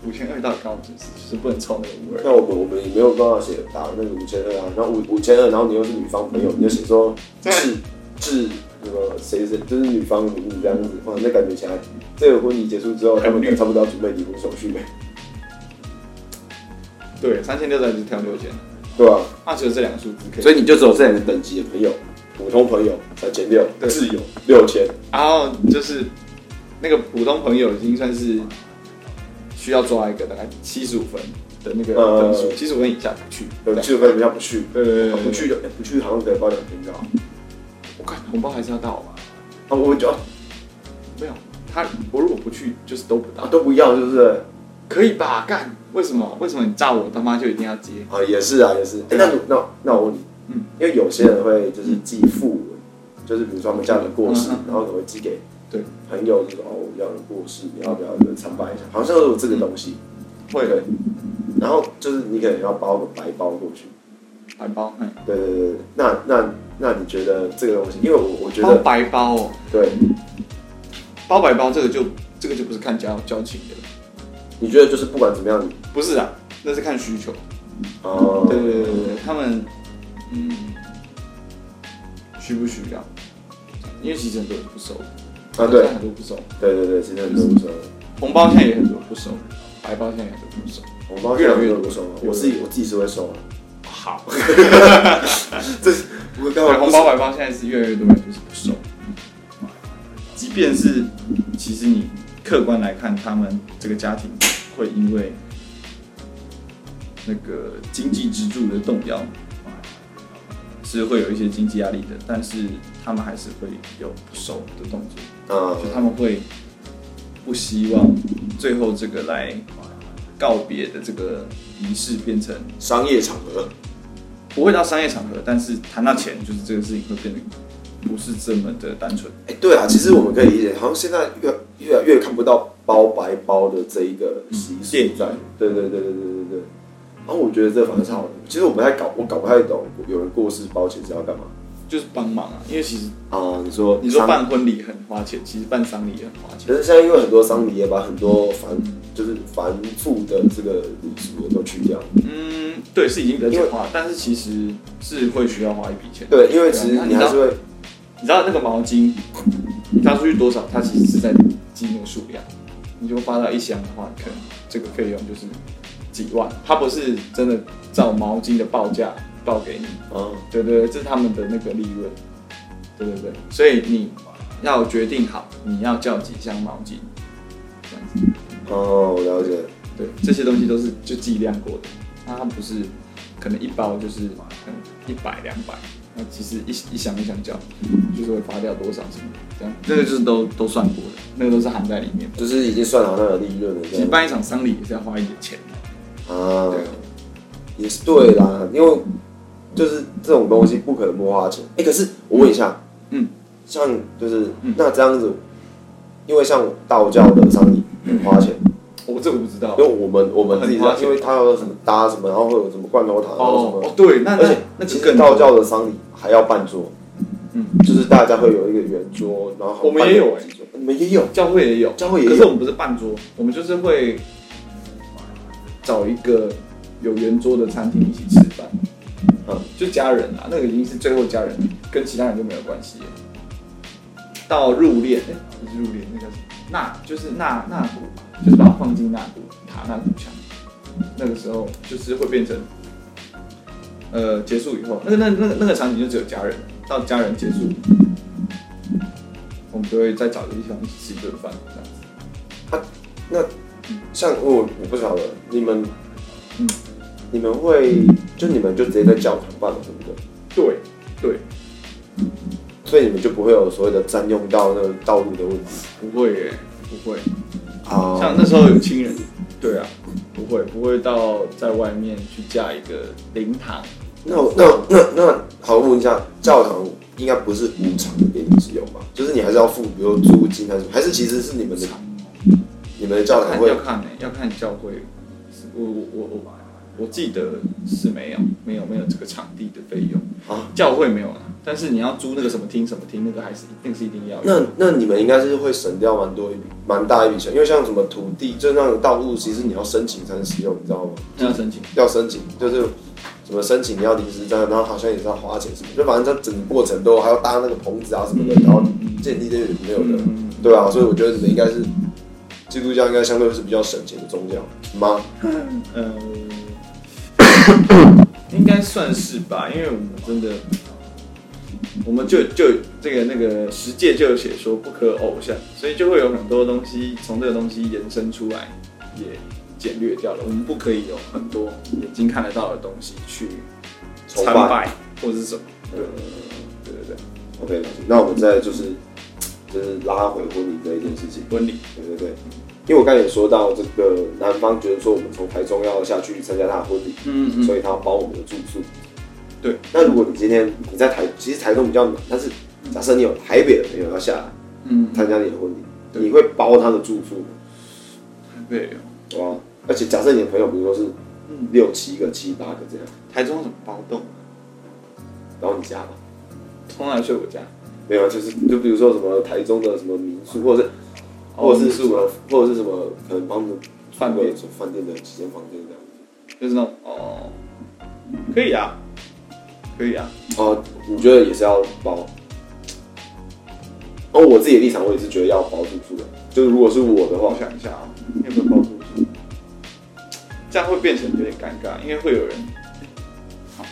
五千二到底高就是就是不能超那个五那二。我们我们也没有办法写打那个五千二啊，然后五五千二，然后你又是女方朋友，你就写说致致什么谁谁，就是女方名字这样子，哇，那感觉起来，这个婚礼结束之后，他们可能差不多要准备离婚手续了，对，三千六再就是跳六千，对吧、那只有这两个数字可以。所以你就只有这两个等级的朋友，普通朋友三千六，对挚友六千，然后就是那个普通朋友已经算是需要抓一个大概七十五分的那个呃分数，七十五分以下不去。有去的朋友比较不去，对对对对不去的不去好像得包两千高，我看红包还是要到吧？啊，我们就啊没有，他我如果不去就是都不到，啊都不要，是不是？可以吧？干，为什么？为什么你炸我他妈就一定要接？啊，也是啊，也是。欸对啊那你那那我问你，嗯因为有些人会就是寄附文，就是比如说他们家人过世嗯嗯，然后可能会寄给对，朋友，就说哦，我家人过世，你要不要就是参拜一下？好像有这个东西，嗯会对。然后就是你可能要包个白包过去，白包，嗯，对对对对。那那那你觉得这个东西？因为我我觉包得白包哦，对，包白包这个就这个就不是看交交情的了，你觉得就是不管怎么样，不是啊，那是看需求。哦，对对对对对，他们嗯需不需要？因为其实很多人不收啊对现在很多不收，对对对，现在很多不收了，红包现在也很多人不收，白包现在也很多人不收。红包现在很多不收了，啊我自己我自己是会收的，好， 这是我刚对，好红包白包现在是越来越多人就是不收，即便是其实你客观来看，他们这个家庭会因为那个经济支柱的动摇。是会有一些经济压力的，但是他们还是会有不收的动作。啊就他们会不希望最后这个来告别的这个仪式变成商业场合。不会到商业场合，但是谈到钱，就是这个事情会变得不是这么的单纯。哎、对啊，其实我们可以理解，好像现在越越来越看不到包白包的这一个习俗嗯在。对对对对对对对。然后我觉得这反正是好的。其实我不太搞，我搞不太懂有人过世包钱是要干嘛就是帮忙啊，因为其实啊？你说你说丧办婚礼很花钱，其实办丧礼也很花钱。可是现在因为很多丧礼也把很多繁就是繁复的这个礼俗都去掉。嗯，对，是已经比较简化，但是其实是会需要花一笔钱。对，因为其实对啊你还是会你知道那个毛巾，你发出去多少，它其实是在计那个数量。你就发到一箱的话，可能这个费用就是几万，它不是真的照毛巾的报价报给你。啊，对对对，这是他们的那个利润。对对对，所以你要决定好你要叫几箱毛巾，这样子。哦，我了解。对，这些东西都是就计量过的，那它不是可能一包就是可能一百两百，那其实一一箱一箱叫，就是会发掉多少什么的，这样那个就是都都算过的，那个都是含在里面的。就是已经算好那个利润了，其这实样办一场丧礼也是要花一点钱的，啊对，，也是对啦，因为就是这种东西不可能不花钱。哎、可是我问一下，嗯，像就是、嗯那这样子，因为像道教的丧礼很花钱，我、这个我不知道因。为我们我们自己嗯知很道，花钱因为它有什么搭什么，然后会有什么罐头塔，然后什哦么，哦，对，那而那且那其就实更道教的丧礼还要办桌，嗯，就是大家会有一个圆桌，然后我们也有哎、你们也有教会也有，教会也有可是我们不是半桌，我们就是会找一个有圆桌的餐厅一起吃饭。嗯，就家人啊，那个已经是最后家人，跟其他人就没有关系了。到入殓，哎、不是入殓，那叫什么？纳，就是纳纳骨吧，就是把它放进纳骨塔、纳骨墙。那个时候就是会变成，呃，结束以后，那个那那个那个场景就只有家人，到家人结束，我们就会再找一个地方一起吃一顿饭，这样子。啊，那像我我不晓得你们，嗯你们会就你们就直接在教堂办了，对不对？对对，所以你们就不会有所谓的占用到那个道路的问题。不会耶，不会。啊哦像那时候有亲人，对啊，不会，不会到在外面去架一个灵堂。那我那我那那好，我问一下，教堂应该不是无偿的给你使用吧？就是你还是要付，比如租金还是什么？还是其实是你们的你们的教堂看会要看呢、要看教会。我我我我我记得是没有没有没有这个场地的费用啊？教会没有啦，但是你要租那个什么厅什么厅，那个还是那个是一定要有。那那你们应该是会省掉蛮多一笔蛮大一笔钱，因为像什么土地，就那种道路，其实你要申请才能使用，你知道吗？那要申请。要申请就是什么申请你要临时占，然后好像也是要花钱什么，就反正它整个过程都还要搭那个棚子啊什么的，然后建立这些没有的，嗯对啊，所以我觉得你们应该是基督教应该相对是比较省钱的宗教吗？呃，应该算是吧，因为我们真的，我们就就这个那个十诫就有写说不可偶像，所以就会有很多东西从这个东西延伸出来，也简略掉了。我们不可以有很多眼睛看得到的东西去崇拜参拜或者是什么，对对对 OK，那我们再就是就是拉回婚礼这一件事情，对，婚礼对对对，因为我刚才有说到这个男方觉得说我们从台中要下去参加他的婚礼，嗯嗯所以他要包我们的住宿。对，那如果你今天你在台，其实台中比较难，但是假设你有台北的朋友要下来嗯参加你的婚礼，你会包他的住宿吗？对，哇！而且假设你的朋友，比如说是嗯六七个、七八个这样，台中怎么包栋？然后你加吧，通常睡我家，没有，啊就是就比如说什么台中的什么民宿，或者是哦或者是什么，或者是什么，可能帮他们饭店做饭店的几间房间这样。就是那种哦，可以啊，可以啊。哦，你觉得也是要包？哦，我自己的立场，我也是觉得要包住宿的。就是如果是我的话我，想一下啊，你有没有包住宿？这样会变成有点尴尬，因为会有人。好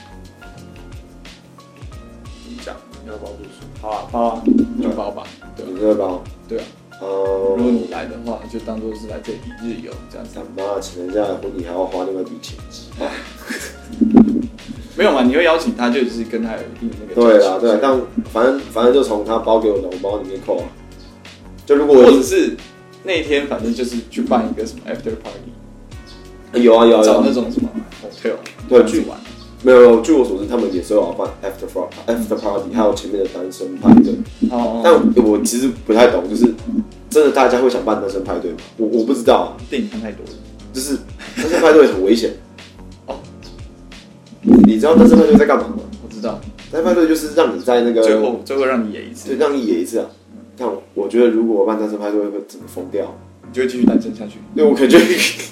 怎么讲？你要包住宿？好啊，包啊，你就包吧。对你就会包。对啊，哦、如果你来的话，就当做是来这里一日游这样子他。妈请人家的婚礼还要花另外一笔钱，没有嘛？你会邀请他，就是跟他有一定的那个对啦，交情对啦，但反正反正就从他包给我的红包里面扣啊。就如果我或已者经是那一天，反正就是去办一个什么 after party，有啊有啊有找啊那，种什么 hotel 对去玩。没有没有，据我所知，他们也是有要办 after fro- after party，还有前面的单身派对。哦，但我其实不太懂，就是真的大家会想办单身派对吗？我我不知道啊、电影看太多了。就是单身派对很危险。哦，你知道单身派对在干嘛吗？我知道，单身派对就是让你在那个最后最后让你演一次对，，让你野一次啊。但我我觉得如果我办单身派对会怎么疯掉？你就会继续单身下去。对我感觉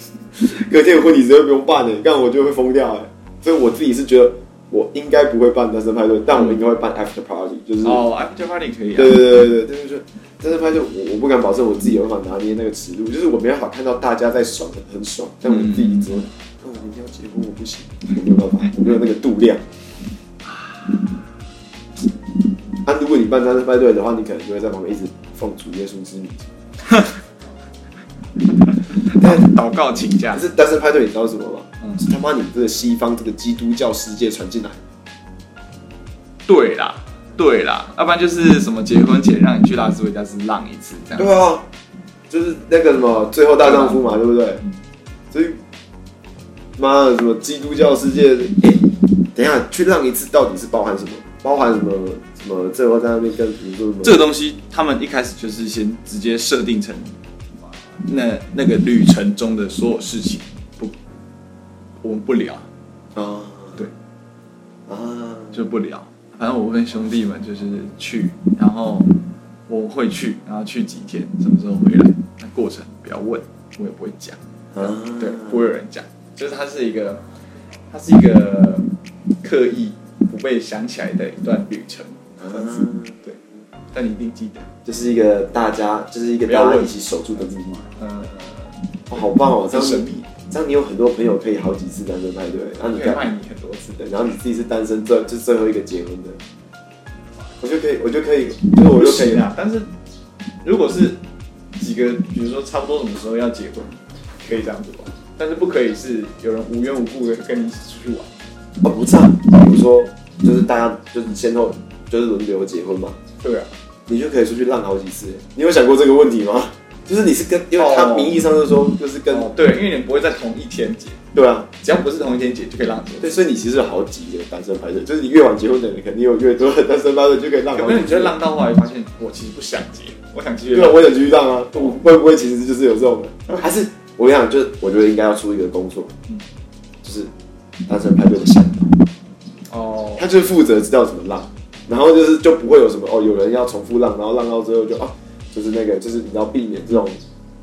隔天婚礼直接不用办了，但我就会疯掉哎。所以我自己是觉得我应该不会办单身派对，但我应该会办 after party，就是、哦，after party 可以啊。对对对对对，但是就但是拍就我我不敢保证我自己有办法拿捏那个尺度，就是我没办法看到大家在爽的很爽，但我自己只能，那我明天要结婚我不行，我没有办法，我没有那个度量。啊，如果你办单身派对的话，你可能就会在旁边一直放主耶稣之名。祷告请假可。是单身派对你知道是什么吗？嗯是他妈你们这个西方这个基督教世界传进来的。对啦，对啦，啊要不然就是什么结婚前让你去拉斯维加斯浪一次这样。对啊，就是那个什么《最后大丈夫》嗯嘛，对不对？所以，妈的，什么基督教世嗯界？哎、等一下去浪一次到底是包含什么？包含什么？什么？最后在那边跟比如说什么？这个东西他们一开始就是先直接设定成那那个旅程中的所有事情，不，我们不聊，啊，对，啊，就不聊。反正我跟兄弟们就是去，然后我会去，然后去几天，什么时候回来，那过程不要问，我也不会讲。啊，对，不会有人讲，就是它是一个，它是一个刻意不被想起来的一段旅程，这样子，嗯对，但你一定记得，就是一个大家，就是一个不要大家问一起守住的秘密。呃，哦，好棒哦！这很样神你秘，这样你有很多朋友可以好几次单身派对，然后可你以干卖你很多次的，对，然后你自己是单身，最就最后一个结婚的，我就可以，我就可以，就是我就可以不行啊。但是如果是几个，比如说差不多什么时候要结婚，可以这样子玩，但是不可以是有人无缘无故的跟你一起出去玩，哦，不是啊，比如说就是大家就是先后就是轮流结婚嘛，对啊，你就可以出去浪好几次。你有想过这个问题吗？就是你是跟，因为他哦名义上就说就是跟，哦对，因为你不会在同一天结，对啊，只要不是同一天结就可以浪对，多。所以你其实有好几个单身派对，就是你越晚结婚的人，肯定有越多的单身派对，就可以浪好有几次。没有你觉得浪到后来发现我其实不想结，我想继续对啊，浪？我也想继续浪啊。我会不会其实就是有这种的？还是我跟你讲，就是我觉得应该要出一个工作，嗯就是单身派对的向导，哦，他就是负责知道怎么浪，然后就是就不会有什么哦，有人要重复浪，然后浪到最后就啊，就是那个就是你要避免这种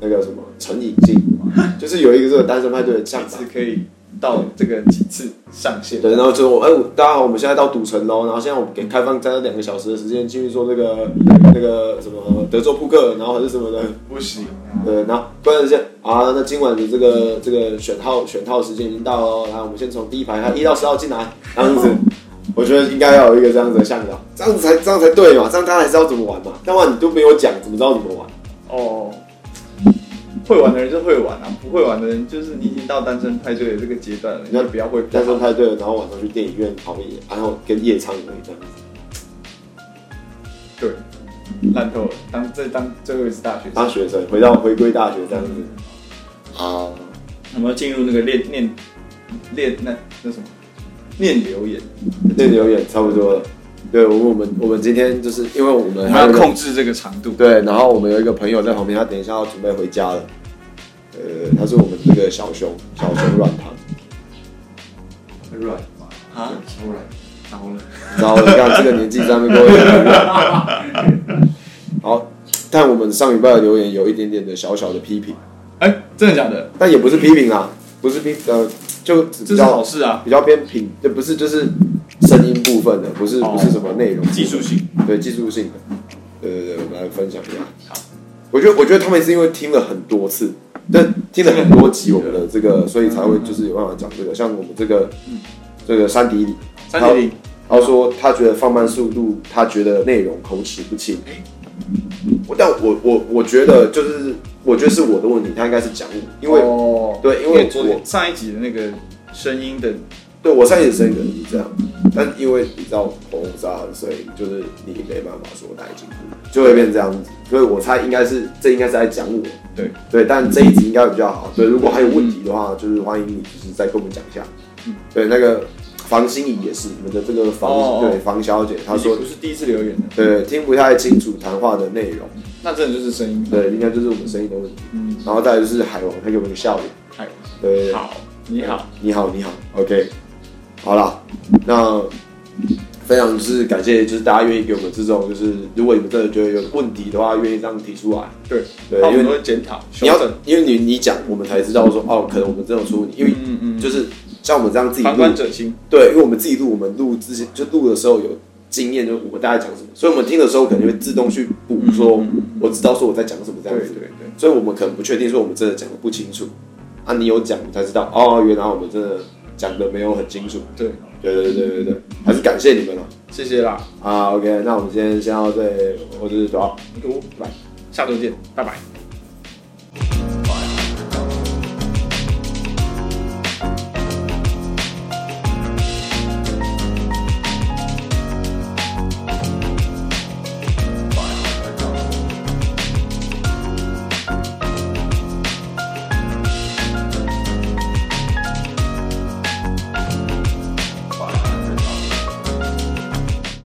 那个什么成瘾性， 就是有一个这个单身派对的向每导次。可以到这个几次上限？对，然后就我哎、我大家好，我们现在到赌城喽，然后现在我们给开放大概两个小时的时间继续做那个那个什么德州扑克，然后还是什么的，不行啊，对，然后突然之间啊，那今晚的这个这个选号选号时间已经到了哦，然后我们先从第一排看一到十号进来，这样子，我觉得应该要有一个这样子的向导，这样子才这样才对嘛，这样大家才知道怎么玩嘛，要不然你都没有讲，怎么知道怎么玩？哦，会玩的人就会玩啊，不会玩的人就是你已经到单身派对的这个阶段了，你就不要会但是派对，然后晚上去电影院跑夜，然后跟夜唱而已这样子，对，烂透了。当这当最后一次大学当生，学生回到回归大学这样子嗯，啊，我们要进入那个练练练那那什么念留言，那留言差不多了。对，我们我们我们今天就是因为我我们们还有要一个控制这个长度。对，然后我们有一个朋友在旁边，他等一下要准备回家了。呃，他是我们这个小熊，小熊软糖。软嘛，啊柔软，然后呢？然后你看这个年纪上面各位很软。好，但我们上礼拜的留言有一点点的小小的批评，哎，真的假的？但也不是批评啦，不是批呃，就只这比是好较事啊。比较偏品，这不是就是声音部分的，不是不是什么内容，技术性。对技术性的。对对对，我们来分享一下。我觉得，我觉得他们是因为听了很多次，但听了很多集我们的这个，所以才会就是有办法讲这个。像我们这个，这个山迪里，三点零，他说他觉得放慢速度，他觉得内容口齿不清。我但我我我觉得就是，我觉得是我的问题，他应该是讲我，因为、哦对因为昨我上一集的那个声音的对我上一次声音可能是这样，但因为你知道红沙，所以就是你没办法说太进步，就会变这样子。所以我猜应该是这应该是在讲我，对对，但这一集应该会比较好。对，如果还有问题的话，就是欢迎你就是再跟我们讲一下。嗯对，那个房心怡也是你们的这个房、哦哦对房小姐，她说不是第一次留言的，对听不太清楚谈话的内容，那真的就是声音。对，应该就是我们声音的问题。嗯，然后再来就是海王，他给我们一个笑脸，嗨，对，好，你好，你好，你好，OK，好啦，那非常就是感谢，就是大家愿意给我们这种，就是如果你们真的觉得有问题的话，愿意这样提出来。对，对那我因为们都会检讨，你修要正，，因为你你讲，我们才知道说哦，可能我们真的有出问题，因为嗯嗯就是像我们这样自己旁录观，者清，对，因为我们自己录，我们录之前就录的时候有经验，就我们大概讲什么，所以我们听的时候可能会自动去补嗯说，嗯嗯我知道说我在讲什么这对样对子，对，所以我们可能不确定说我们真的讲的不清楚啊，你有讲你才知道哦，原来我们真的讲的没有很清楚。对，对对对对对，还是感谢你们哦了谢谢啦，啊。OK，那我们今天先到这里，我是主要。读，来，下周见，拜拜。